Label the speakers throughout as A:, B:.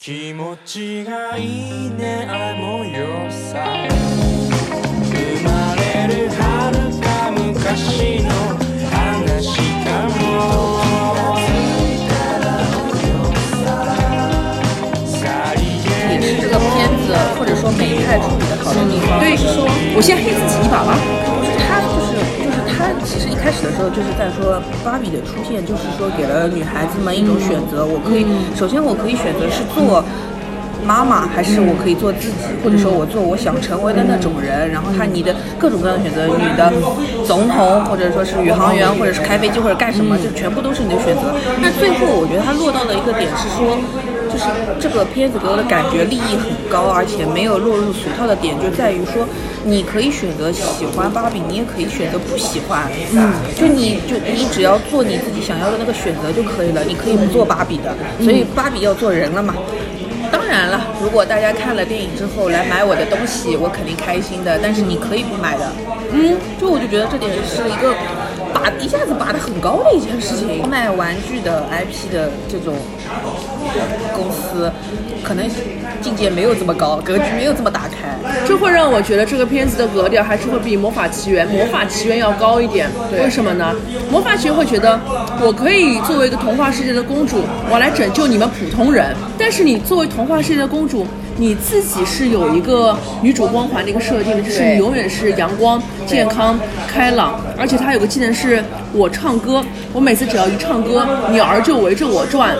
A: 気持ちがいいねあの夜さ生まれる遥か昔の話かもさりげ
B: 你对这个片子或者说美泰处理的好的地方，
C: 对，是说我现在黑自己一把吧。
B: 就是他就是就是他其实一开始的时候就是在说芭比的出现，就是说给了女孩子们一种选择，我可以、首先我可以选择是做。妈妈，还是我可以做自己，或者说我做我想成为的那种人。然后他你的各种各样的选择，女的总统，或者说是宇航员，或者是开飞机，或者干什么，就全部都是你的选择。那最后我觉得他落到的一个点是说，就是这个片子给我的感觉利益很高，而且没有落入俗套的点，就在于说，你可以选择喜欢芭比，你也可以选择不喜欢。嗯，就你就你只要做你自己想要的那个选择就可以了，你可以不做芭比的。所以芭比要做人了嘛。当然了，如果大家看了电影之后来买我的东西，我肯定开心的。但是你可以不买的，嗯，就我就觉得这点是一个拔一下子拔得很高的一件事情。卖玩具的 IP 的这种公司，可能境界没有这么高，格局没有这么打开。
C: 这会让我觉得这个片子的格调还是会比《魔法奇缘》《魔法奇缘》要高一点。为什么呢？《魔法奇缘》会觉得我可以作为一个童话世界的公主，我来拯救你们普通人。但是你作为童话世界的公主，你自己是有一个女主光环的一个设定的，就是
B: 对
C: 你永远是阳光、健康、开朗。而且它有个技能是我唱歌，我每次只要一唱歌，鸟儿就围着我转。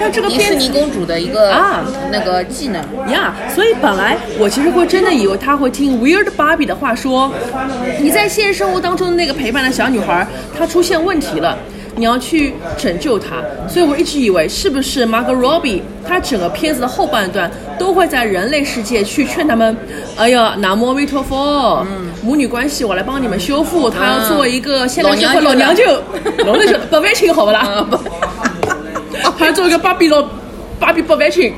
C: 但这个
B: 迪士
C: 片子
B: 尼公主的一个
C: 啊
B: 那个技能，
C: 呀所以本来我其实会真的以为他会听 Weird Barbie 的话说，你在现实生活当中的那个陪伴的小女孩，她出现问题了。你要去拯救她。所以我一直以为是不是 Margot Robbie，她整个片子的后半段都会在人类世界去劝他们，哎呀，南无阿弥陀佛，母女关系我来帮你们修复，她要做一个现代社会老
B: 老娘
C: 娘舅
B: 舅，
C: 老娘舅，不完情好不啦？还要做一个芭比老芭比不完情，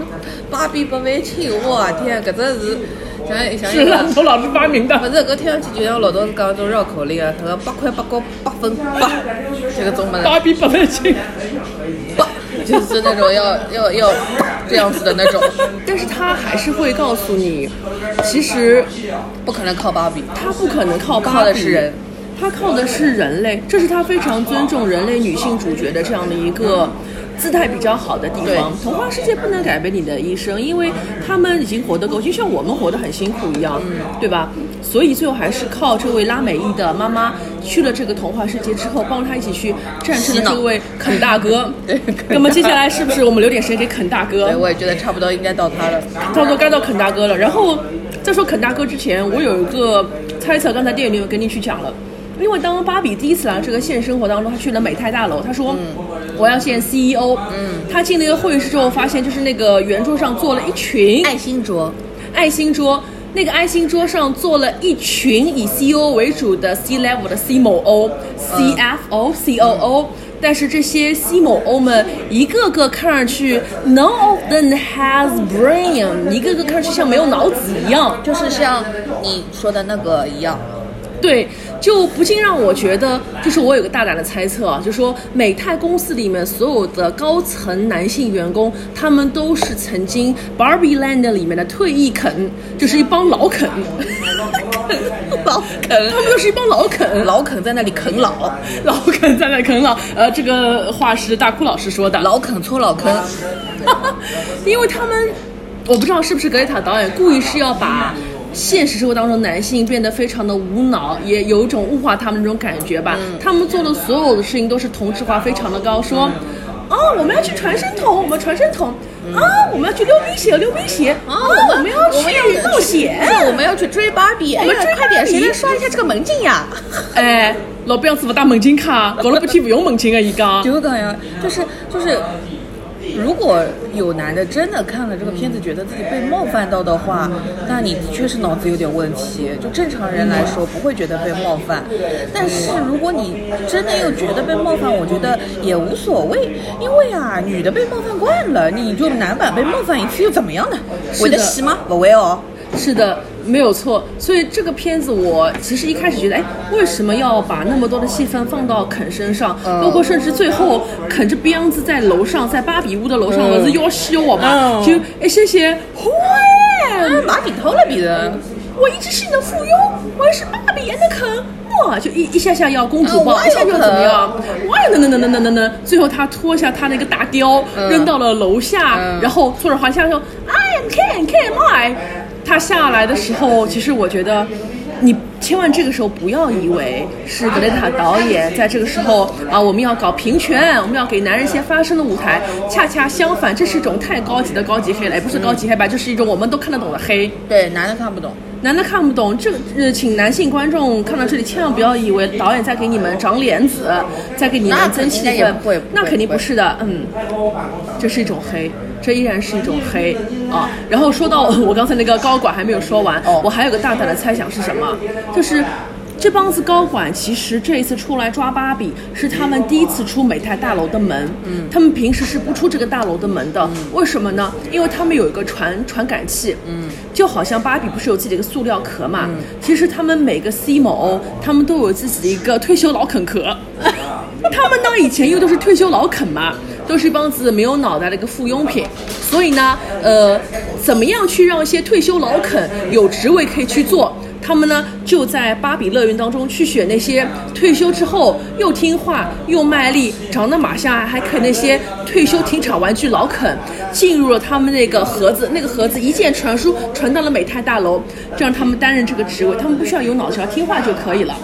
B: 芭比不为亲，我天，搿真是想一想
C: 是啊
B: 一想
C: 浪。头老师发明的。
B: 不是，搿听上去就像老早子讲种绕口令啊，什么八块八角八分八，这个中文
C: 芭比不分清。
B: 八，就是那种要要要这样子的那种，
C: 但是他还是会告诉你，其实
B: 不可能靠芭比。
C: 他不可能靠芭比
B: 靠的是人，
C: 他靠的是人类，这是他非常尊重人类女性主角的这样的一个。姿态比较好的地方，童话世界不能改变你的一生，因为他们已经活得够，就像我们活得很辛苦一样，对吧？所以最后还是靠这位拉美裔的妈妈去了这个童话世界之后，帮他一起去战胜了
B: 洗脑
C: 这位肯大 哥。
B: 对
C: 那么接下来是不是我们留点时间给肯大哥？
B: 对，我也觉得差不多应该到他了。
C: 差不多该到肯大哥了。然后在说肯大哥之前，我有一个猜测，刚才电影里面跟你去讲了。因为当芭比第一次来这个现实生活当中，她去了美泰大楼，她说、我要见 CEO。嗯，她进了一个会议室之后，发现就是那个圆桌上坐了一群
B: 爱心桌，
C: 爱心桌，那个爱心桌上坐了一群以 CEO 为主的 C level 的 C 某 O、CFO、COO，但是这些 C 某 O 们一个个看上去 none of them has brain，一个个看上去像没有脑子一样。
B: 就是像你说的那个一样，
C: 对，就不禁让我觉得，就是我有个大胆的猜测啊，就说美泰公司里面所有的高层男性员工，他们都是曾经 Barbie Land 里面的退役啃，就是一帮老啃，
B: 老啃
C: 他们都是一帮老啃，
B: 老啃在那里啃老，
C: 老啃在那啃老。呃，这个话是大哭老师说的，
B: 老啃搓老坑，
C: 因为他们，我不知道是不是格雷塔导演故意是要把现实生活当中男性变得非常的无脑，也有一种物化他们那种感觉吧。
B: 嗯
C: 他们做的所有的事情都是同质化非常的高，说，
B: 嗯
C: 啊，我们要去传声筒，我们传声筒。啊，我们要去溜冰鞋，溜冰鞋。啊，我们要
B: 我们要
C: 去冒险。
B: 是我们要去追芭比，我
C: 们追
B: 快点，
C: 芭比
B: 谁来刷一下这个门禁呀？
C: 哎，老婊子不打门禁 卡，搞了半天不用门禁啊，伊讲。
B: 就是讲呀，就是就是，如果有男的真的看了这个片子，觉得自己被冒犯到的话，那你的确是脑子有点问题。就正常人来说，不会觉得被冒犯。但是如果你真的又觉得被冒犯，我觉得也无所谓，因为啊，女的被冒犯惯了，你就男版被冒犯一次又怎么样呢？
C: 是的
B: 会得洗吗？不会哦。
C: 是的，没有错，所以这个片子我其实一开始觉得，哎，为什么要把那么多的戏份放到肯身上？包括甚至最后肯这样子在楼上，在芭比屋的楼上，我是要修我嘛，
D: 嗯
C: 就哎谢谢，喂，
D: 马顶头了，彼得。
C: 我一直是你的附庸，我也是芭比演的肯。哇，就一一下下要公主抱，
D: 啊我
C: 一
D: 也
C: 下就怎么样
D: 有？
C: 哇，能能能能能能能，最后他脱下他那个大貂，
D: 嗯
C: 扔到了楼下，
D: 嗯
C: 然后坐着滑下说，I am Ken Ken my。他下来的时候，其实我觉得。你千万这个时候不要以为是格雷塔导演在这个时候啊，我们要搞平权，我们要给男人一些发声的舞台。恰恰相反，这是一种太高级的高级黑了，也不是高级黑吧，就是一种我们都看得懂的黑。
D: 对，男的看不懂。
C: 男的看不懂，这个呃，请男性观众看到这里千万不要以为导演在给你们长脸子，在给你
D: 那
C: 们
D: 肯
C: 增
D: 定
C: 气
D: 也
C: 氛
D: 不会，
C: 那
D: 不会
C: 肯定
D: 不
C: 不
D: 会
C: 是的，嗯，这是一种黑，这依然是一种黑啊。然后说到 我刚才那个高管还没有说完，
D: 哦
C: 我还有个大胆的猜想是什么？就是。这帮子高管其实这一次出来抓芭比，是他们第一次出美泰大楼的门。嗯，他们平时是不出这个大楼的门的。为什么呢？因为他们有一个传传感器。嗯，就好像芭比不是有自己的一个塑料壳嘛？其实他们每个 C 某，他们都有自己的一个退休老啃 壳。他们呢以前用的是退休老啃嘛，都是一帮子没有脑袋的一个附庸品。所以呢，呃，怎么样去让一些退休老啃有职位可以去做？他们呢就在芭比乐园当中去选那些退休之后又听话又卖力、长得马像还啃那些退休停产玩具老啃，进入了他们那个盒子，那个盒子一键传输传到了美泰大楼，这让他们担任这个职位，他们不需要有脑子，只要听话就可以了。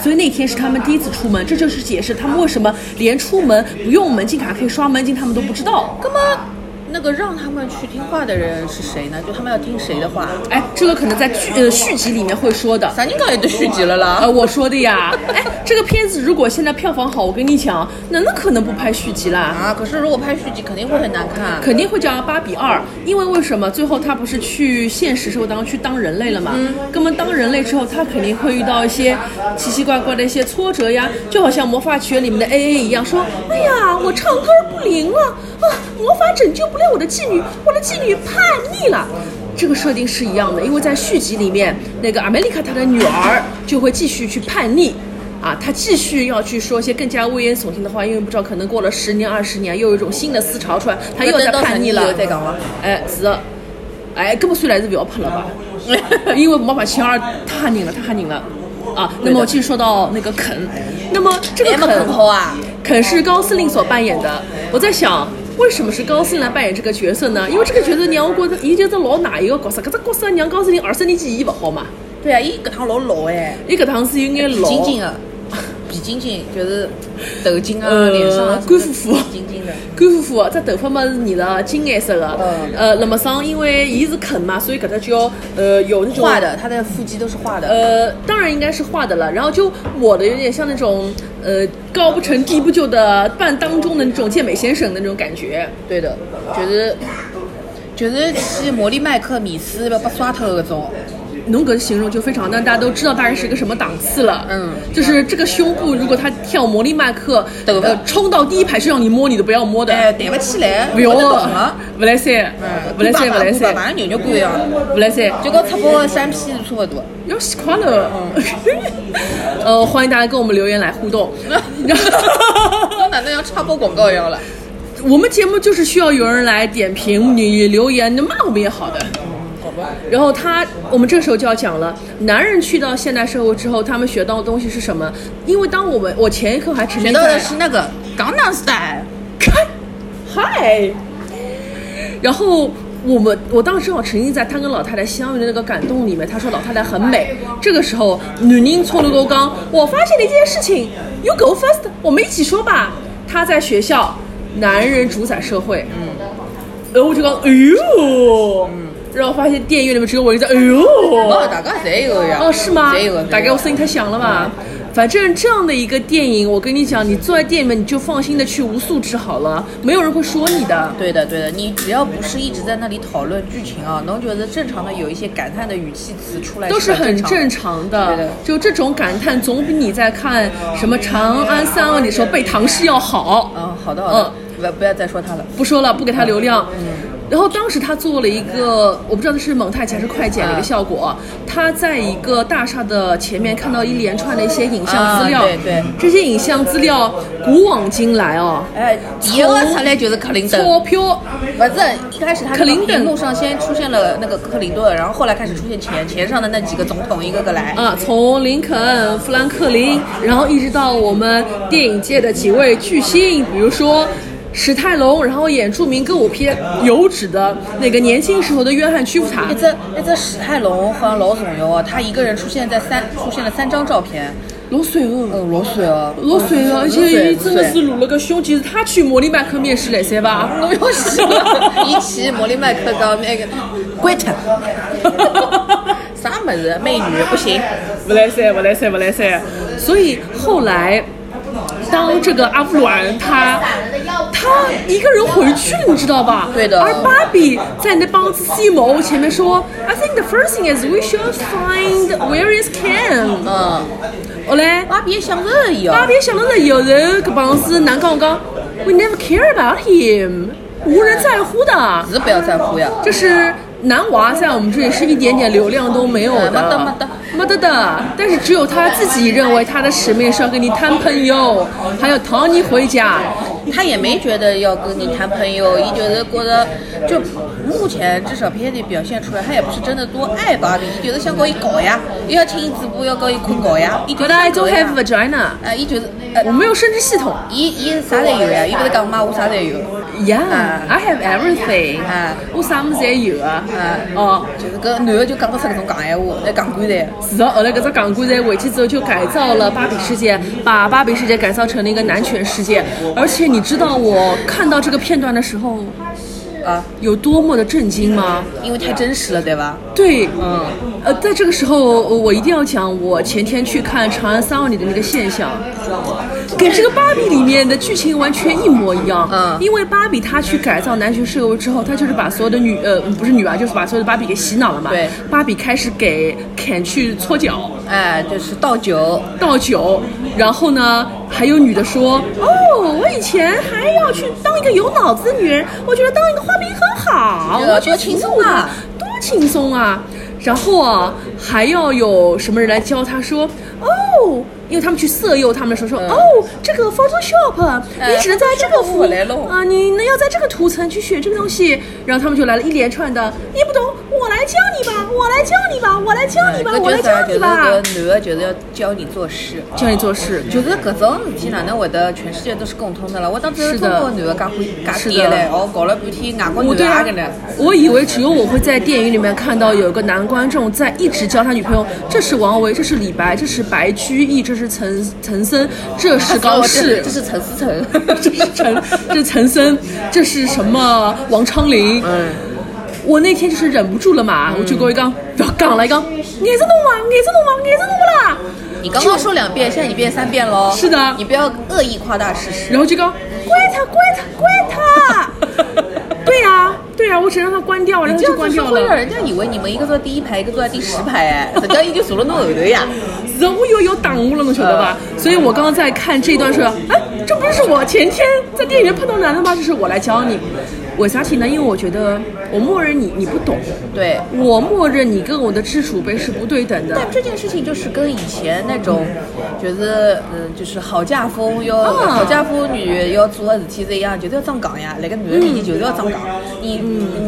C: 所以那天是他们第一次出门，这就是解释他们为什么连出门不用门禁卡可以刷门禁，他们都不知道。
D: 那么，那个让他们去听话的人是谁呢？就他们要听谁的话？
C: 哎，这个可能在剧呃续集里面会说
B: 啊
C: 的。
D: 咱应该也都续集了啦。
C: 呃，我说的呀，哎，这个片子如果现在票房好，我跟你讲，那那可能不拍续集啦，
D: 啊，可是如果拍续集，肯定会很难看。
C: 肯定会叫《芭比二》，因为为什么？最后他不是去现实社会当中去当人类了嘛？那么当人类之后，他肯定会遇到一些奇奇怪怪的一些挫折呀，就好像魔法学里面的 A A 一样，说，哎呀，我唱歌不灵了啊，魔法拯救不了我的妓女，我的妓女叛逆了。这个设定是一样的，因为在续集里面，那个阿梅丽卡她的女儿就会继续去叛逆，啊，他继续要去说一些更加危言耸听的话，因为不知道可能过了十年二十年，又有一种新的思潮出来，他哎又在叛逆了。
D: 再讲伐？
C: 哎，是的，哎，搿么算了，还是不要拍了吧，因为没法亲儿太吓人了，太吓人了。啊，那么我继续说到那个肯，那么这个
D: 哎，没
C: 肯
D: 啃好啊。
C: 肯是高司令所扮演的。我在想，为什么是高司令来扮演这个角色呢？因为这个角色让我觉得，伊就是老哪一个角色，搿只角色让高司令二十年前伊勿好嘛，
D: 对啊，伊搿趟老老哎，
C: 伊搿趟是有眼
D: 皮
C: 老。
D: 筋筋的，皮筋筋就是头巾啊，
C: 呃
D: 脸上啊
C: 官夫夫
D: 皮筋筋的。
C: 干夫妇这头发嘛是染了金颜色的，
D: 嗯
C: 呃，那么上因为伊是肯嘛，所以搿只叫呃有那种
D: 画，的，他的腹肌都是画的。
C: 呃，当然应该是画的了。然后就抹的有点像那种呃高不成低不就的半当中的那种健美先生的那种感觉。
D: 对的，就是就是去魔力麦克米斯被被刷脱的搿种。
C: 侬搿形容就非常，但大家都知道大概是个什么档次了。
D: 嗯
C: 就是这个胸部，如果他跳魔力麦克，
D: 头发
C: 呃，冲到第一排是让你摸你都不要摸的。
D: 哎，弹不起来，
C: 不要
D: 我就懂了。，嗯
C: 不来三，不来三，不
D: 马
C: 来三，
D: 上牛肉干一样，
C: 不来三。
D: 就跟赤膊三 P 是差不多。
C: 要洗快乐。
D: 嗯
C: 呃，欢迎大家跟我们留言来互动。
D: 那哪能像插播广告一样了？
C: 我们节目就是需要有人来点评，你留言，你骂我们也好的。然后他，我们这时候就要讲了，男人去到现代社会之后，他们学到的东西是什么？因为当我们，我前一刻还沉
D: 学
C: 浸
D: 到
C: 在
D: 的是那个港南 style，
C: 嗨，然后我们我当时正好沉浸在他跟老太太相遇的那个感动里面。他说老太太很美。这个时候，女人搓了勾刚，我发现了一件事情，You go first，我们一起说吧。他在学校，男人主宰社会，嗯，然后我就讲，哎呦，然后发现电影院里面只有我一个在，哎呦，
D: 哦，大家侪有呀。
C: 哦，是吗
D: 侪有。？
C: 大概我声音太响了吧。反正这样的一个电影，我跟你讲，你坐在店里面你就放心的去无素质好了，没有人会说你的。
D: 对的，对的，你只要不是一直在那里讨论剧情啊，能觉得正常的有一些感叹的语气词出来
C: 都是很正
D: 常
C: 常的，
D: 对的
C: 就这种感叹总比你在看什么《长安三万里》的时候背唐诗要好。
D: 嗯的。嗯，
B: 嗯
D: 好的好的，不不要再说他了。
C: 不说了，不给他流量。然后当时他做了一个，我不知道是蒙太奇还是快剪的一个效果，他在一个大厦的前面看到一连串的一些影像资料，
B: 啊对对，
C: 这些影像资料古往今来哦，
B: 哎，第一个出来就是克林顿，
C: 钞票。
B: 不是一开始他
C: 克林顿
B: 幕上先出现了那个克林顿，然后后来开始出现钱钱上的那几个总统一个个来，
C: 啊，从林肯、富兰克林，然后一直到我们电影界的几位巨星，比如说史泰龙，然后演著名歌舞片《油脂》的那个年轻时候的约翰·屈伏塔
B: 一。只一只史泰龙好像老重要哦，他一个人出现在三出现了三张照片，
C: 老水哦，
B: 嗯，老水哦，
C: 老水哦，而且
B: 水
C: 真的是录了个胸肌，他去莫里麦克面试来噻吧？
B: 侬要死 了！伊去莫里麦克讲那个滚脱，啥么子美女不行，
C: 不来噻，不来噻，不来噻。所以后来，当这个阿布软他他一个人回去了，你知道吧？
B: 对的
C: 而芭比在那帮子 C 谋前面说，I think the first thing is we should find where is Ken。
B: 嗯，
C: 后来
B: 芭比也想着伊
C: 芭
B: 哦，
C: 比想到了有人搿帮子难讲讲，We never care about him，无人在乎的。
B: 是不要在乎呀。
C: 这是男娃在我们这里是一点点流量都没有的，
B: 没得没得
C: 没得的。但是只有他自己认为他的使命是要跟你谈朋友，还有讨你回家。
B: 他也没觉得要跟你谈朋友，伊就是觉得，就目前至少片里表现出来，他也不是真的多爱芭比，伊就是想搞伊搞呀，伊要听伊直播，要搞伊困觉呀，伊觉
C: But
B: 得
C: I don't have vagina，
B: 哎，伊就是，呃
C: 我没有生殖系统。
B: 伊伊啥侪有呀，伊不是讲嘛，我啥侪有，
C: Yeah，I have everything
B: 啊。
C: 我啥么子也有啊。哦，
B: 就是搿男的就讲不出搿种讲闲话，来讲官的。
C: 自从后来搿只港股在回去之后，就改造了芭比世界，把芭比世界改造成了一个男权世界。而且你知道我看到这个片段的时候
B: 啊，
C: 有多么的震惊吗？
B: 因为太真实了，对吧？
C: 对，
B: 嗯，
C: 呃，在这个时候，我一定要讲我前天去看《长安三万里》的那个现象，跟这个《芭比》里面的剧情完全一模一样。
B: 嗯
C: 因为芭比她去改造男权社会之后，她就是把所有的女呃不是女娃，就是把所有的芭比给洗脑了嘛。
B: 对
C: 芭比开始给肯去搓脚。
B: 哎，就是倒酒，
C: 倒酒，然后呢，还有女的说：“哦，我以前还要去当一个有脑子的女人，我觉得当一个花瓶很好，
B: 对啊
C: 我觉
B: 多
C: 得
B: 轻松
C: 挺好的
B: 啊，
C: 多轻松啊。”然后啊，还要有什么人来教她说：“哦。”因为他们去色诱他们的时候说：“哦，这个 Photoshop，、
B: 哎
C: 你只能在这个
B: Photoshop
C: 服
B: 嗯哦我来弄
C: 啊、你呢要在这个涂层去学这个东西。”然后他们就来了一连串的：“你不懂，我来教你吧，我来教你吧，我来教你吧，
B: 哎
C: 我来
B: 搿就是啥
C: 教
B: 就
C: 你
B: 是
C: 吧。”
B: 搿男的就是要教你做事。
C: 教你做事，
B: 就是搿种事体哪能会得全世界都是共通的了？我当时
C: 是
B: 中
C: 的
B: 国男的介会
C: 是
B: 介
C: 的
B: 嗲嘞，哦，搞了半天外国
C: 我
B: 男
C: 对
B: 的
C: 啊
B: 也搿能。，
C: 我以为只有我会在电影里面看到有一个男观众在一直教他女朋友，这是王维，这是李白，这是白居易，这是岑岑参，这是高适
B: 哦这，是陈思诚，
C: 这是陈，这是岑参，这是什么王昌龄？
B: 嗯，
C: 我那天就是忍不住了嘛，我就跟我一讲，不要讲了，一讲，眼着弄嘛，眼着弄嘛，眼着弄不啦？
B: 你刚刚说两遍，现在你变三遍喽。
C: 是的
B: 你不要恶意夸大事实。
C: 然后就讲关他，关他，关他。 对呀、对啊呀、我只让他关掉，然后
B: 这
C: 就
B: 样
C: 关
B: 子
C: 掉
B: 说会
C: 了
B: 让。人家以为你们一个坐第一排，一个坐在第十排，哎，人家伊就坐了侬后头 呀。
C: 人物又有党务了，侬晓得吧？所以我刚刚在看这一段时候，哎，这不是我前天在电影院碰到男的吗？这是我来教你。为啥体呢？因为我觉得我默认你你不懂，
B: 对，
C: 我默认你跟我的知识储备是不对等的。
B: 但这件事情就是跟以前那种，就是嗯，就是好嫁风要、
C: 啊
B: 好嫁风女要做的事体是一样，就是要上岗呀。那个男的面前就是要上岗，你、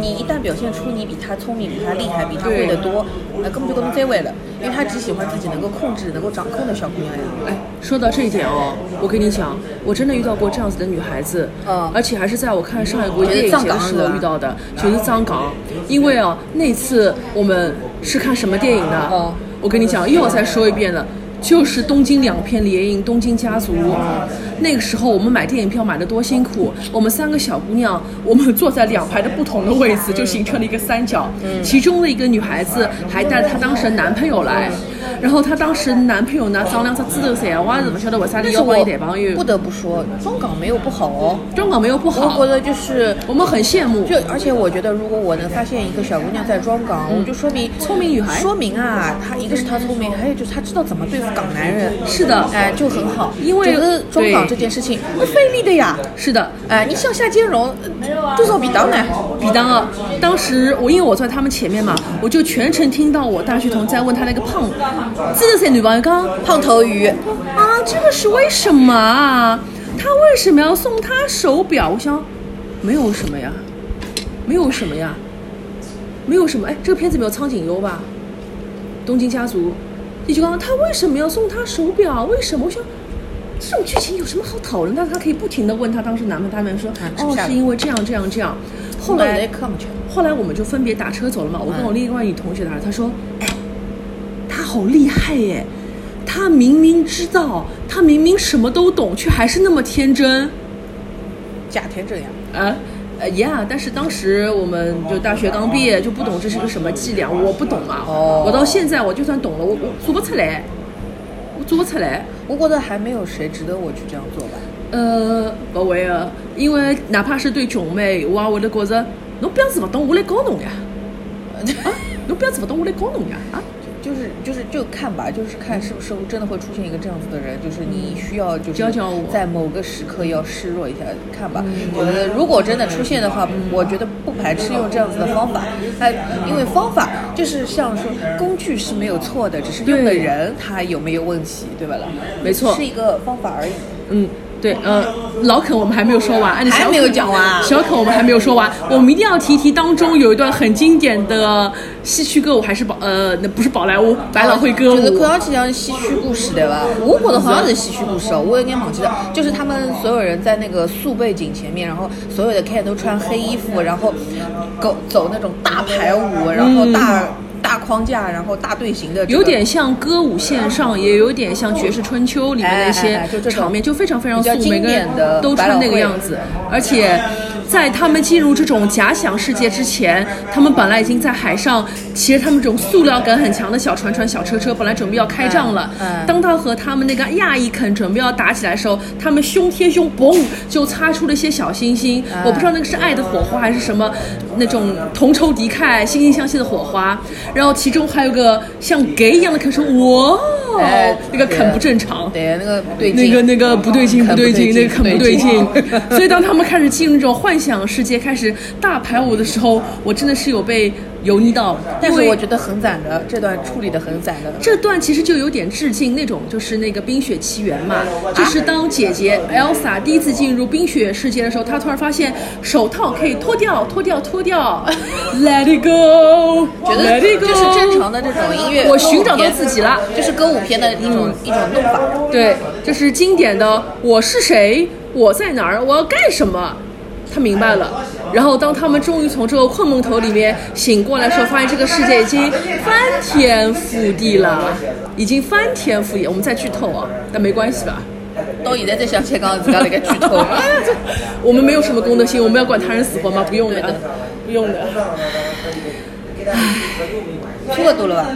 B: 你一旦表现出你比他聪明、比他厉害、比他会得多，那根本就跟不在位了，因为他只喜欢自己能够控制、能够掌控的小姑娘呀。
C: 哎，说到这一点哦，我跟你讲，我真的遇到过这样子的女孩子，
B: 嗯
C: 而且还是在我看上海国际电影节的时候遇到的，就是藏港。因为哦，那次我们是看什么电影呢？
B: 嗯
C: 我跟你讲，又要再说一遍了。就是东京两片联映《东京家族》，那个时候我们买电影票买的多辛苦。我们三个小姑娘，我们坐在两排的不同的位
B: 嗯
C: 置，就形成了一个三角。其中的一个女孩子还带着她当时的男朋友来，然后她当时男朋友呢，张亮啥子都噻，我也是不晓得为啥
B: 但
C: 你
B: 是
C: 要帮
B: 我
C: 你男朋友
B: 不。得不说，中港没有不好哦，
C: 中港没有不
B: 我觉，
C: 好
B: 得就是。
C: 我们很羡慕。
B: 就而且我觉得，如果我能发现一个小姑娘在装港，我就说明
C: 嗯聪明女孩
B: 说明啊，她一个是她聪明，还有就是她知道怎么对付港男人，
C: 是的
B: 哎，就很好。
C: 因为
B: 整个装港
C: 对
B: 这件事情不费力的呀，
C: 是的，
B: 哎，你向下兼容，呃多少比当然好。
C: 比当啊，当时我因为我在他们前面嘛，我就全程听到我大学同在问他那个胖，这是谁女朋友刚
B: 胖头鱼，
C: 啊，这个是为什么啊？他为什么要送他手表？我想，没有什么呀，没有什么呀，没有什么。哎，这个片子没有苍井优吧？东京家族，你就刚刚他为什么要送他手表？为什么？我想。这种剧情有什么好讨论？但他可以不停的问他当时男朋友，他们说，
B: 吃不
C: 哦
B: 下，
C: 是因为这样这样这样。后
B: 我
C: 来
B: 来看不起
C: 后来我们就分别打车走了嘛。我跟我另外一同学打，他说：“哎，他好厉害耶！他明明知道，他明明什么都懂，却还是那么天真。
B: 假天真呀。”
C: 啊，呃，yeah，但是当时我们就大学刚毕业，就不懂这是个什么伎俩，我不懂嘛。
B: 哦
C: 我到现在我就算懂了，我我做不出来，我做不出来。
B: 我觉得还没有谁值得我去这样做吧。
C: 呃，不会啊，因为哪怕是对穷妹，我也会得觉着，侬不要子不懂，我来教侬呀。 啊，侬不要子不懂，我来教侬呀。啊。
B: 就是就是就看吧，就是看是不是真的会出现一个这样子的人，就是你需要就是
C: 嗯教教我嗯
B: 在某个时刻要示弱一下，看吧。我觉得如果真的出现的话，嗯我觉得不排斥用这样子的方法，哎，因为方法就是像说工具是没有错的，只是用的
C: 对
B: 人他有没有问题，对吧？啦？
C: 没错
B: 是一个方法而已。
C: 嗯，对，呃，老肯我们还没有说完，按照小
B: 还没有讲完啊
C: 小肯我们还没有说完，我们一定要提一提当中有一段很经典的戏曲歌舞，还是宝呃，那不是宝莱坞，百老汇
B: 就
C: 歌
B: 是看
C: 舞，
B: 上去像戏曲故事对吧？我觉得好像是戏曲故事哦，我有点忘记了。就是他们所有人在那个素背景前面，然后所有的 K 都穿黑衣服，然后走走那种大排舞，然后大、大框架，然后大队形的、
C: 嗯有点像歌舞线上，也有点像《爵士春秋》里面的一
B: 哎哎
C: 些
B: 哎就这种
C: 场面，就非常非常素
B: 比较，经
C: 每个人
B: 典的
C: 都穿那个样子，而且。在他们进入这种假想世界之前，他们本来已经在海上骑着他们这种塑料感很强的小船船、小车车，本来准备要开仗了。
B: 嗯嗯
C: 当他和他们那个亚裔肯准备要打起来的时候，他们胸贴胸，嘣就擦出了一些小星星。
B: 啊
C: 我不知道那个是爱的火花还是什么，那种同仇敌忾、惺惺相惜的火花。然后其中还有个像 gay 一样的肯说：“哇哦，
B: 哎
C: 那个肯不正常。”
B: 对那个对
C: 那
B: 劲。
C: 个那个不对劲，
B: 肯
C: 不对劲，
B: 不
C: 那
B: 对劲
C: 个肯不对劲。 所以当他们开始进入这种幻想世界，开始大排舞的时候，我真的是有被油腻到。
B: 但
C: 因
B: 是
C: 为
B: 我觉得很赞的，这段处理的很赞的。
C: 这段其实就有点致敬那种，就是那个《冰雪奇缘》嘛，就是当姐姐 Elsa 第一次进入冰雪世界的时候，她突然发现手套可以脱掉，脱掉，脱掉 ，Let it go，Let
B: 觉得
C: it go，
B: 就是正常的这种音乐，
C: 我寻找到自己了
B: 就是歌舞片的一种、一种弄法。
C: 对，这是经典的“我是谁，我在哪儿，我要干什么”。他明白了，然后当他们终于从这个困梦头里面醒过来的时候，发现这个世界已经翻天覆地了，已经翻天覆地。我们在剧透啊，但没关系吧？
B: 到现在才想起刚刚自家那个剧 透。
C: 我们没有什么公德心，我们要管他人死活吗？不用的，不用的。
B: 差不多了吧？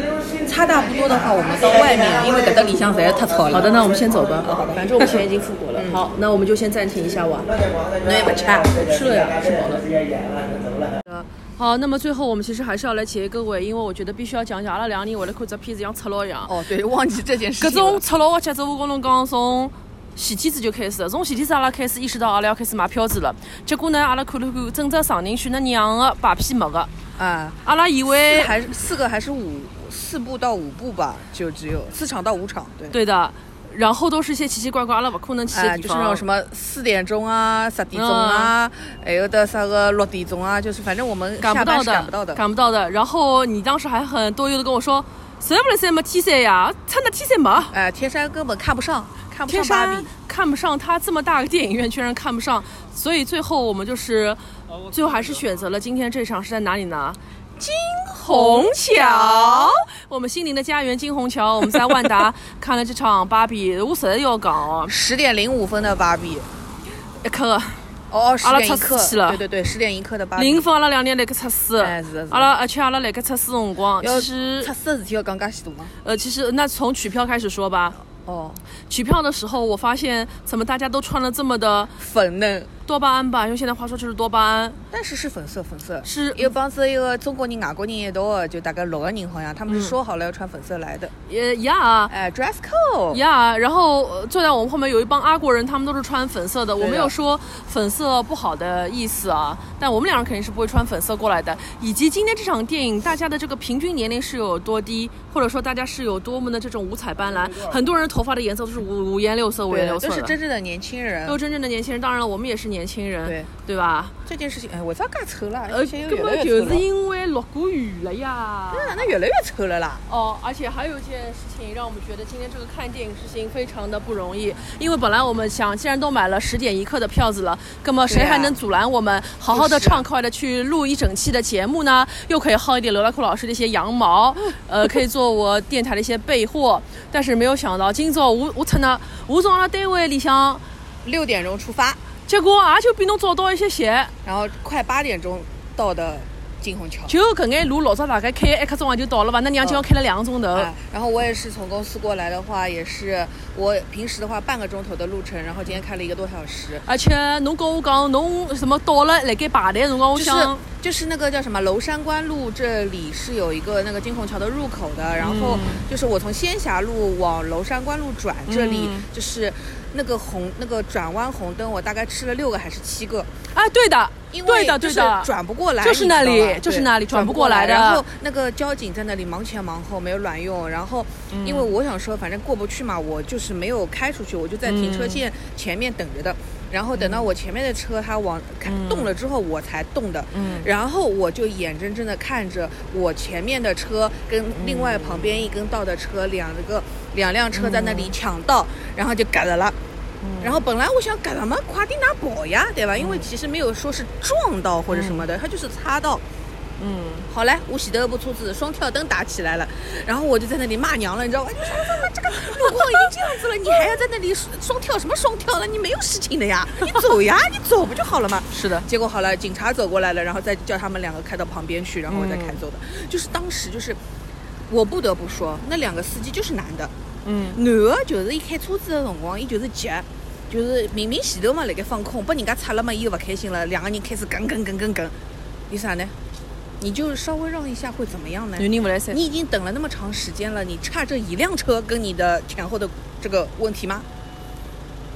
B: 差大不多的话，我们到外面，因为搿搭里向实在是太吵了。
C: 好的，，那我们先走吧。反正我们现在已经复活了。好，那我们就先暂停一下吧。
B: 侬也没吃啊？
C: 吃 了呀，吃饱了。好，那么最后我们其实还是要来谢谢各位，因为我觉得必须要讲一下，阿拉两个人为了看这片子像赤佬一样。
B: 哦，对，忘记这件事
C: 各
B: 情了。
C: 种赤佬的节奏，我跟侬讲，从前天子就开始了，从前天子阿拉开始意识到阿拉要开始买票子了。结果呢，阿拉看了看，整只长宁区那娘的排片没个，
B: 啊，
C: 阿拉以为
B: 还是四个还是五四部到五部吧，就只有四场到五场，对。
C: 对的，然后都是一些奇奇怪怪阿拉不可能去的
B: 哎，
C: 地
B: 就是
C: 方。
B: 那种什么四点钟啊、十点钟啊，还有的啥个六点钟啊，就是反正我们
C: 嗯赶
B: 下
C: 不到
B: 班
C: 的，
B: 是赶不到的。
C: 赶不到的然后你当时还很多忧的跟我说，谁不来塞没天山呀？他那天山没。
B: 哎，天山根本看不上，看不
C: 天
B: 上芭
C: 山
B: 比。
C: 看不上他这么大个电影院，居然看不上，所以最后我们就是，最后还是选择了今天这场是在哪里呢？金虹桥，我们心灵的家园金虹桥，我们在万达 看了这场芭比，我实在要讲哦，
B: 十点零五分的芭比，
C: 一刻
B: 哦哦，十
C: 阿拉
B: 点一
C: 测
B: 刻
C: 试了
B: 对对对，十点一刻的芭比
C: 临。放阿拉两年辣盖测试
B: 哎是的是，的
C: 阿拉而且阿拉辣盖测试辰光，
B: 要
C: 其
B: 测
C: 实
B: 试的事体要讲介许多吗？
C: 呃其实那从取票开始说吧，
B: 哦，
C: 取票的时候我发现怎么大家都穿了这么的
B: 粉嫩，
C: 多巴胺吧，用现在话说就是多巴胺，
B: 但是是粉色粉色。
C: 是
B: 一帮子一个中国人、外国人一道的，就大概六个人，好像他们是说好了要穿粉色来的。
C: 呃呀。
B: 哎，dress code。
C: 呀然后呃坐在我们后面有一帮阿国人，他们都是穿粉色的。我没有说粉色不好的意思啊，但我们两人肯定是不会穿粉色过来的。以及今天这场电影，大家的这个平均年龄是有多低，或者说大家是有多么的这种五彩斑斓，很多人头发的颜色都是五五颜六色、五颜
B: 对，
C: 六色
B: 都
C: 的。
B: 是真正的年轻人
C: 都。是真正的年轻人，当然了，我们也是年轻人，
B: 对
C: 吧？
B: 这件事情，哎，为啥介丑啦？
C: 呃，
B: 而且
C: 根
B: 又越来
C: 本
B: 越
C: 就
B: 丑
C: 是
B: 了。
C: 因为落过雨了呀。
B: 那那越来越丑了啦！
C: 哦，而且还有一件事情让我们觉得今天这个看电影事情非常的不容易，因为本来我们想，既然都买了十点一刻的票子了，那么谁
B: 对啊
C: 还能阻拦我们好好的
B: 就是啊
C: 畅快的去录一整期的节目呢？又可以薅一点刘大库老师的一些羊毛，呃，可以做我电台的一些备货。但是没有想到，今朝我我趁呢，我从阿拉啊单位里向，
B: 六点钟出发，
C: 结果也就比侬早到一些些，
B: 然后快八点钟到的金虹桥。
C: 就搿眼路老早大概开一刻钟也就到了吧，那娘今朝开了两个钟头。
B: 啊，然后我也是从公司过来的话，也是我平时的话半个钟头的路程，然后今天开了一个多小时。
C: 而且侬跟我讲，侬什么到了辣盖排队的辰光，我
B: 就是
C: 想
B: 就是那个叫什么娄山关路，这里是有一个那个金虹桥的入口的。然后
C: 嗯
B: 就是我从仙霞路往娄山关路转，这里
C: 嗯
B: 就是那个红那个转弯红灯，我大概吃了六个还是七个，
C: 啊，对的，
B: 因为
C: 对的，
B: 就
C: 对
B: 是
C: 的，
B: 转不过来，
C: 就是那里
B: 你知道吧
C: 就是
B: 对
C: 那里转
B: 转
C: 不
B: 不
C: 过来的
B: 然后那个交警在那里忙前忙后，没有卵用。然后
C: 嗯
B: 因为我想说，反正过不去嘛，我就是没有开出去，我就在停车线前面等着的。然后等到
C: 嗯
B: 我前面的车它往开动了之后，我才动的。嗯，然后我就眼睁睁的看着我前面的车跟另外旁边一根道的车，两个两辆车在那里抢道，然后就嘎着了。然后本来我想，干什么快点拿跑呀，对吧？因为其实没有说是撞到或者什么的，它就是擦到。嗯，好嘞，我前头一部车子双跳灯打起来了，然后我就在那里骂娘了，你知道吧？你说怎么这个路况已经这样子了，你还要在那里双跳什么双跳了？你没有事情的 呀，你走呀，你走不就好了吗？
C: 是的，
B: 结果好了，警察走过来了，然后再叫他们两个开到旁边去，然后我
C: 嗯
B: 再开走的。就是当时就是，我不得不说，那两个司机就是男的，嗯，男的就是伊开车子的辰光，伊就是急。就是明明前头嘛，辣盖放空，被人家擦了嘛，伊又不开心了，两个人开始梗梗梗梗梗，有啥呢？你就稍微让一下会怎么样呢？
C: 女人不来塞。
B: 你已经等了那么长时间了，你差这一辆车跟你的前后的这个问题吗？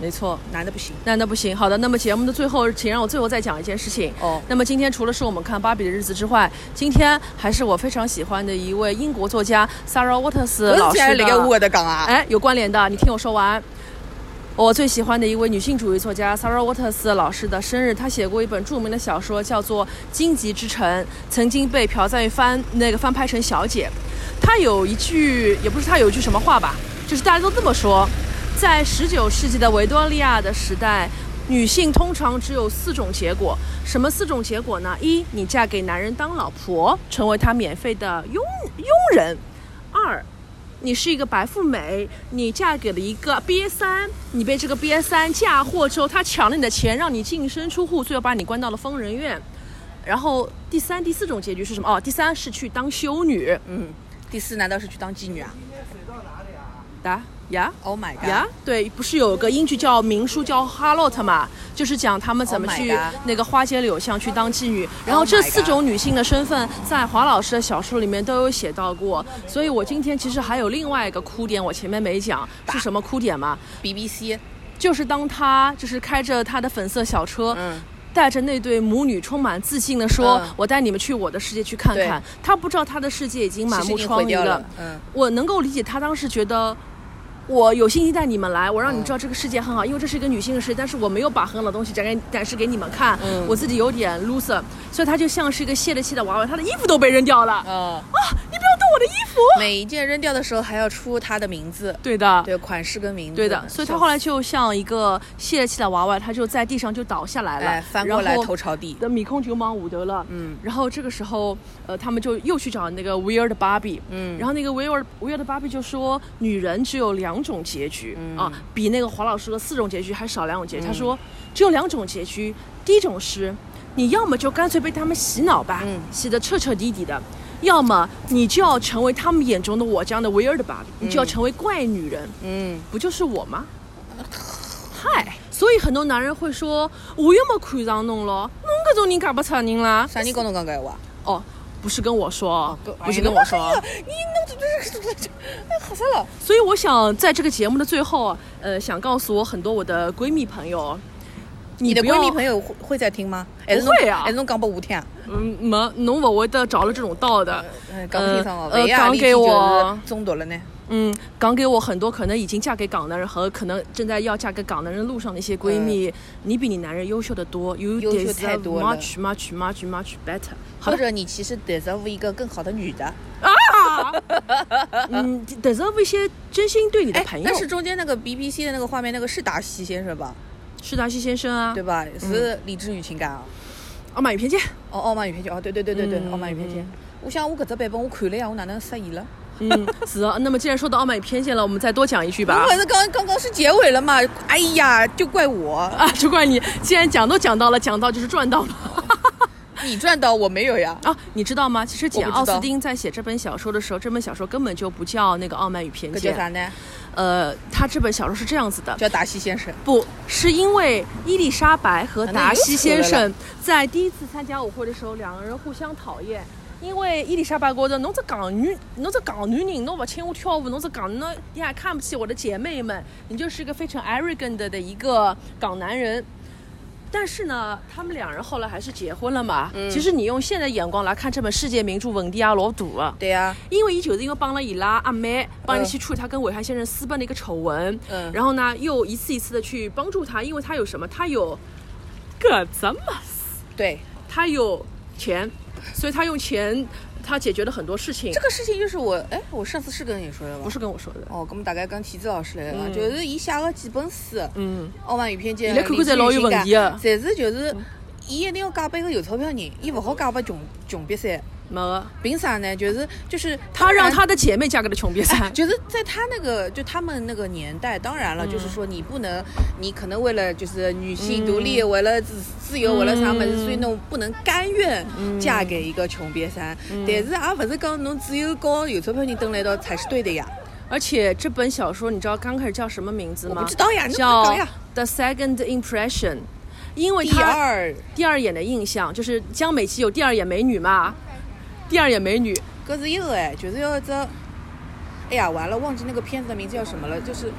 C: 没错。
B: 男的不行，
C: 那那不行，好的。那么节目的最后，请让我最后再讲一件事情。
B: 哦
C: 那么今天除了是我们看《芭比的日子》之外，今天还是我非常喜欢的一位英国作家 Sarah Waters 老
B: 哦我
C: 师
B: 是在
C: 的
B: 辣盖我的讲啊，
C: 哎，有关联的，你听我说完。我最喜欢的一位女性主义作家 Sarah Waters 老师的生日，她写过一本著名的小说，叫做《荆棘之城》，曾经被朴赞玉翻那个翻拍成《小姐》。她有一句，也不是她有一句什么话吧，就是大家都这么说，在十九世纪的维多利亚的时代，女性通常只有四种结果。什么四种结果呢？一，你嫁给男人当老婆，成为他免费的佣佣人；二，你是一个白富美，你嫁给了一个 BS 三，你被这个 BS 三嫁祸之后，他抢了你的钱，让你净身出户，最后把你关到了疯人院。然后第三、第四种结局是什么？哦，第三是去当修女。
B: 嗯，第四难道是去当妓女啊
C: 答呀。
B: ？Oh my god！
C: 呀对，不是有个英剧叫名书叫《哈洛特》嘛，就是讲他们怎么
B: Oh my
C: 去
B: God
C: 那个花街柳巷去当妓女。然后这
B: my
C: 四
B: God
C: 种女性的身份，在华老师的小说里面都有写到过。所以我今天其实还有另外一个哭点，我前面没讲是什么哭点嘛？
B: BBC
C: 就是当他就是开着他的粉色小车，带着那对母女充满自信的说：“
B: 嗯
C: 我带你们去我的世界去看看。”他不知道他的世界已经满
B: 其实
C: 目
B: 已经
C: 疮
B: 毁
C: 痍
B: 掉
C: 了。
B: 了嗯
C: 我能够理解他当时觉得。我有信心带你们来，我让你们知道这个世界
B: 嗯
C: 很好，因为这是一个女性的世界，但是我没有把很好的东西展给展示给你们看，
B: 嗯
C: 我自己有点 loser，所以他就像是一个泄了气的娃娃，他的衣服都被扔掉了。
B: 啊，
C: 啊，你不要动我的衣服。
B: 每一件扔掉的时候还要出它的名字，
C: 对的，
B: 嗯对款式跟名字，
C: 对的，所以他后来就像一个泄气的娃娃，他就在地上就倒下来了，
B: 哎翻过来
C: 然后
B: 头朝地，
C: 的米空流氓伍德了，嗯，然后这个时候，呃，他们就又去找那个 Weird Barbie，嗯，然后那个 Weird Weird Barbie 就说，女人只有两种结局、
B: 嗯
C: 啊，比那个黄老师说的四种结局还少两种结局。他说，只有两种结局，第一种是你要么就干脆被他们洗脑吧，
B: 嗯
C: 洗得彻彻底底的。要么你就要成为他们眼中的我这样的 weird Barbie，、你就要成为怪女人，
B: 嗯，
C: 不就是我吗？嗨，所以很多男人会说，我又没看上侬咯，侬搿种人嫁不出人啦。
B: 啥人跟侬讲搿闲 话？
C: 哦，不是跟我说，
B: 跟
C: 不是跟我说。
B: 哦哎呀你弄这这这这，哎吓死了！
C: 所以我想在这个节目的最后，呃，想告诉我很多我的闺蜜朋友，
B: 你
C: 你
B: 的
C: 不要
B: 闺蜜朋友会会在听吗？还是
C: 不会啊
B: 还是侬讲拨我听啊？
C: 嗯没侬勿会得找了这种道的，
B: 哎讲不清爽哦。
C: 呃
B: 万一啊
C: 讲
B: 你
C: 给
B: 就
C: 我
B: 是中毒了呢？
C: 嗯，讲给我很多可能已经嫁给港男人和可能正在要嫁给港男人路上的一些闺蜜，你比你男人优秀的多，you
B: 优秀太
C: deserve
B: 多了
C: much much much much better。好
B: 或
C: 了，
B: 者你其实 deserve 一个更好的女的？
C: 嗯，deserve 一些真心对你的
B: 哎
C: 朋，友。
B: 但是中间那个 BBC 的那个画面，那个是达西先生吧？
C: 是达西先生啊，
B: 对吧？是理智与情感啊。
C: 傲慢与偏见。
B: 哦，傲慢与偏见哦，对对对对对，
C: 嗯
B: 傲慢与偏见。我想我搿只版本我看了呀，我哪能失忆了？
C: 嗯，是啊。那么既然说到傲慢与偏见了，我们再多讲一句吧
B: 我。反正刚刚刚是结尾了嘛，哎呀，就怪我，
C: 啊，就怪你，既然讲都讲到了，讲到就是 赚到嘛。
B: 你赚到我没有呀？
C: 啊，你知道吗？其实简
B: 我
C: 奥
B: 不知道
C: 斯汀在写这本小说的时候，这本小说根本就不叫那个《傲慢与偏
B: 搿叫
C: 见
B: 啥》。呢？
C: 呃，他这本小说是这样子的，
B: 叫达西先生。
C: 不是因为伊丽莎白和达西先
B: 啊那
C: 生在第一次参加舞会的时候，两个人互相讨厌。因为伊丽莎白觉得侬这港女，侬这港女人，侬不请我跳舞，侬这港侬你还看不起我的姐妹们，你就是一个非常 arrogant 的一个港男人。但是呢，他们两人后来还是结婚了嘛。其实你用现在眼光来看这本世界名著《文迪亚罗赌》啊，
B: 对呀，
C: 因为伊就是因为帮了伊拉阿妹，帮伊去处理她跟韦翰先生私奔的一个丑闻，
B: 嗯
C: 然后呢又一次一次的去帮助他，因为他有什么？他有个怎么？
B: 对，
C: 他有钱，所以他用钱他解决了很多事情。
B: 这个事情就是我，哎，我上次是跟你说的吧？
C: 不是嗯跟我说的，
B: 哦，咁大概跟体制老师来讲，就是伊写个几本哦书，
C: 嗯，
B: 《傲慢与偏见
C: 伊》拉看看侪老有问题啊嗯
B: 的
C: 的，
B: 侪是就是，伊一定要嫁拨一个有钞票人，伊勿好嫁拨穷穷瘪三。
C: 没有，
B: 凭啥呢？就是就是
C: 他让
B: 当然
C: 他的姐妹嫁给了穷瘪三。
B: 就是在他那个就他们那个年代，当然了，就是说你不能，你可能为了就是女性独立，为了自自由，为了啥么子，所以侬不能甘愿嫁给一个穷瘪三。但是也勿是讲侬只有跟有钞票人蹲辣一道才是对的呀。
C: 而且这本小说你知道刚开始叫什么名字吗？
B: 我不知道呀你怎么
C: 叫
B: 搞呀
C: 《The Second Impression》，因为
B: 第
C: 他
B: 二，
C: 第二眼的印象，就是江美琪有第二眼美女嘛，第二眼美女，
B: 搿是一个哎，就是要一只，哎呀，完了，忘记那个片子的名字叫什么了，就是，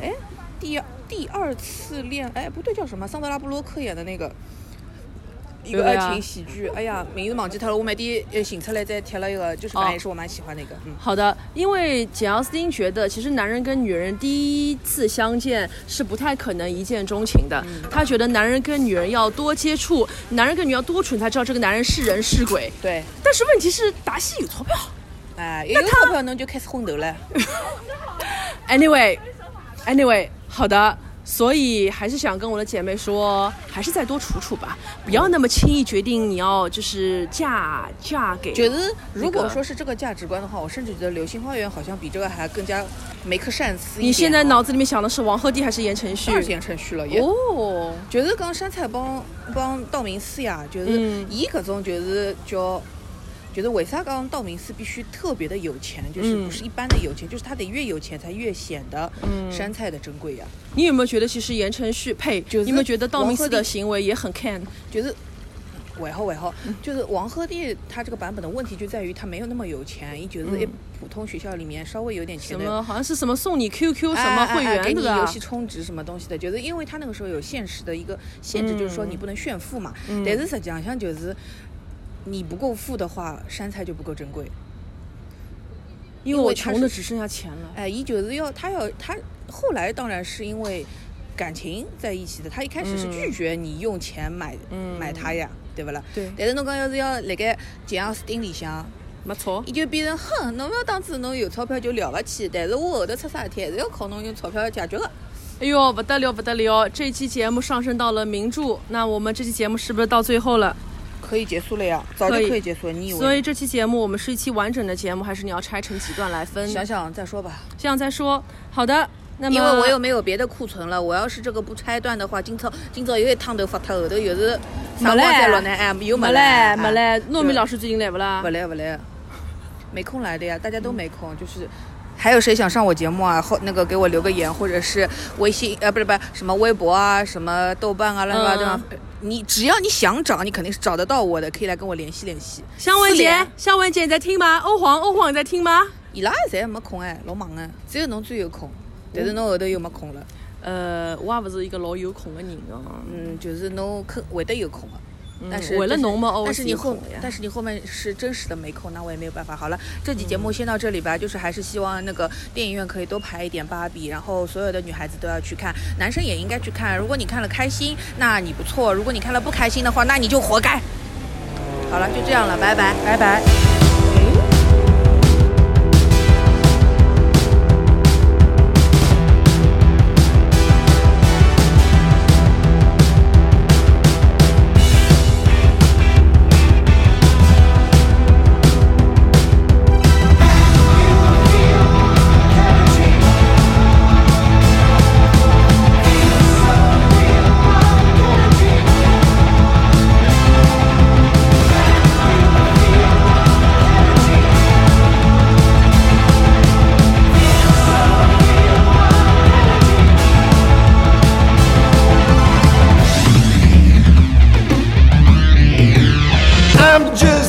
B: 哎，第二第二次恋，哎，不对，叫什么？桑德拉布洛克演的那个。一个
C: 对
B: 爱
C: 啊
B: 情喜剧，哎呀，名字忘记掉了。我每天呃寻出来再贴了一个，就是反正也是我蛮喜欢的一个。嗯，
C: 好的，因为简奥斯汀觉得，其实男人跟女人第一次相见是不太可能一见钟情的。
B: 嗯
C: 他觉得男人跟女人要多接触，男人跟女人要多处，你才知道这个男人是人是鬼。
B: 对，
C: 但是问题是，达西有钞票。
B: 哎，有钞票侬就开始昏头了。
C: Anyway，Anyway，好的。所以还是想跟我的姐妹说，还是再多处处吧，不要那么轻易决定你要就是嫁嫁给。
B: 觉得如
C: 那
B: 果
C: 个
B: 说是这个价值观的话，我甚至觉得《流星花园》好像比这个还更加 make sense 一点
C: 你现在
B: 哦
C: 脑子里面想的是王鹤棣还是言承旭？
B: 二线程序了也。
C: 哦，
B: 就是讲山菜帮帮道明寺呀，就是
C: 嗯
B: 伊搿种就是叫，就是为啥讲道明寺必须特别的有钱，就是
C: 嗯
B: 不是一般的有钱，就是他得越有钱才越显得
C: 嗯
B: 山菜的珍贵呀。啊
C: 你有没有觉得其实言承旭呸，
B: 就是
C: 你有没有觉得道明寺
B: 王鹤棣
C: 的行为也很 can？
B: 就是尾后尾后，就是王鹤棣他这个版本的问题就在于他没有那么有钱，伊就是一哎普通学校里面稍微有点钱
C: 嗯什
B: 的。
C: 么好像是什么送你 QQ 什
B: 哎
C: 么
B: 哎
C: 会啊
B: 哎给
C: 员
B: 你
C: 对
B: 游
C: 吧
B: 戏？充值什么东西的，就是因为他那个时候有现实的一个限制，就是
C: 嗯
B: 说你不能炫富嘛。但是实际上就是你不够富的话，山菜就不够珍贵。
C: 因
B: 为
C: 为我
B: 他是
C: 穷的只剩下钱了。
B: 哎，伊就是要他要他后来当然是
C: 嗯
B: 因为感情在一起的，他一开始是拒绝你用钱买、买他呀，对勿啦？
C: 对
B: 但是侬讲要是要辣盖前昂斯汀里向，
C: 没错
B: 伊，就变成哼，侬勿要当初侬有钞票就了勿起，但是我后头出啥事体还是要靠侬用钞票解决个。
C: 哎呦，不得了不得了！这期节目上升到了名著，那我们这期节目是不是到最后了？
B: 可以结束了呀，早就
C: 可以
B: 可以结束了。你以为？
C: 所以这期节目我们是一期完整的节目，还是你要拆成几段来分？
B: 想想再说吧，
C: 这样再说。好的，嗯那么
B: 因为我又没有别的库存了。我要是这个不拆断的话，今朝今朝又一烫头发脱，后头又是啥光
C: 没嘞
B: 再落呢？哎，又
C: 没啊
B: 嘞
C: 嘞没嘞，糯米老
B: 师
C: 师最近来不啦
B: 不？来不来，没空来的呀，大家
C: 嗯
B: 都没空，就是。还有谁想上我节目啊？后那个给我留个言，或者是微信呃，不是不是什么微博啊，什么豆瓣啊，乱七八糟。
C: 嗯
B: 你只要你想找，你肯定是找得到我的，可以来跟我联系联系。
C: 香文
B: 私
C: 姐
B: 联，
C: 香文姐你在听吗？欧皇，欧皇你在听吗？
B: 伊拉侪没空哎，老忙哎，只有侬最有空，但是侬后头又没空了。
C: 呃，我也不是一个老有空的人哦。
B: 嗯，就是侬可会得有空的，但是
C: 为了
B: 就是
C: 侬嘛
B: 但
C: always
B: 是你
C: 有
B: 后
C: 空的呀，
B: 但是你后面是真实的没空，那我也没有办法。好了，这期节目先到这里吧，就是还是希望那个电影院可以多排一点芭比，然后所有的女孩子都要去看，男生也应该去看。如果你看了开心，那你不错；如果你看了不开心的话，那你就活该。好了，就这样了，拜拜，拜拜。
E: I'm just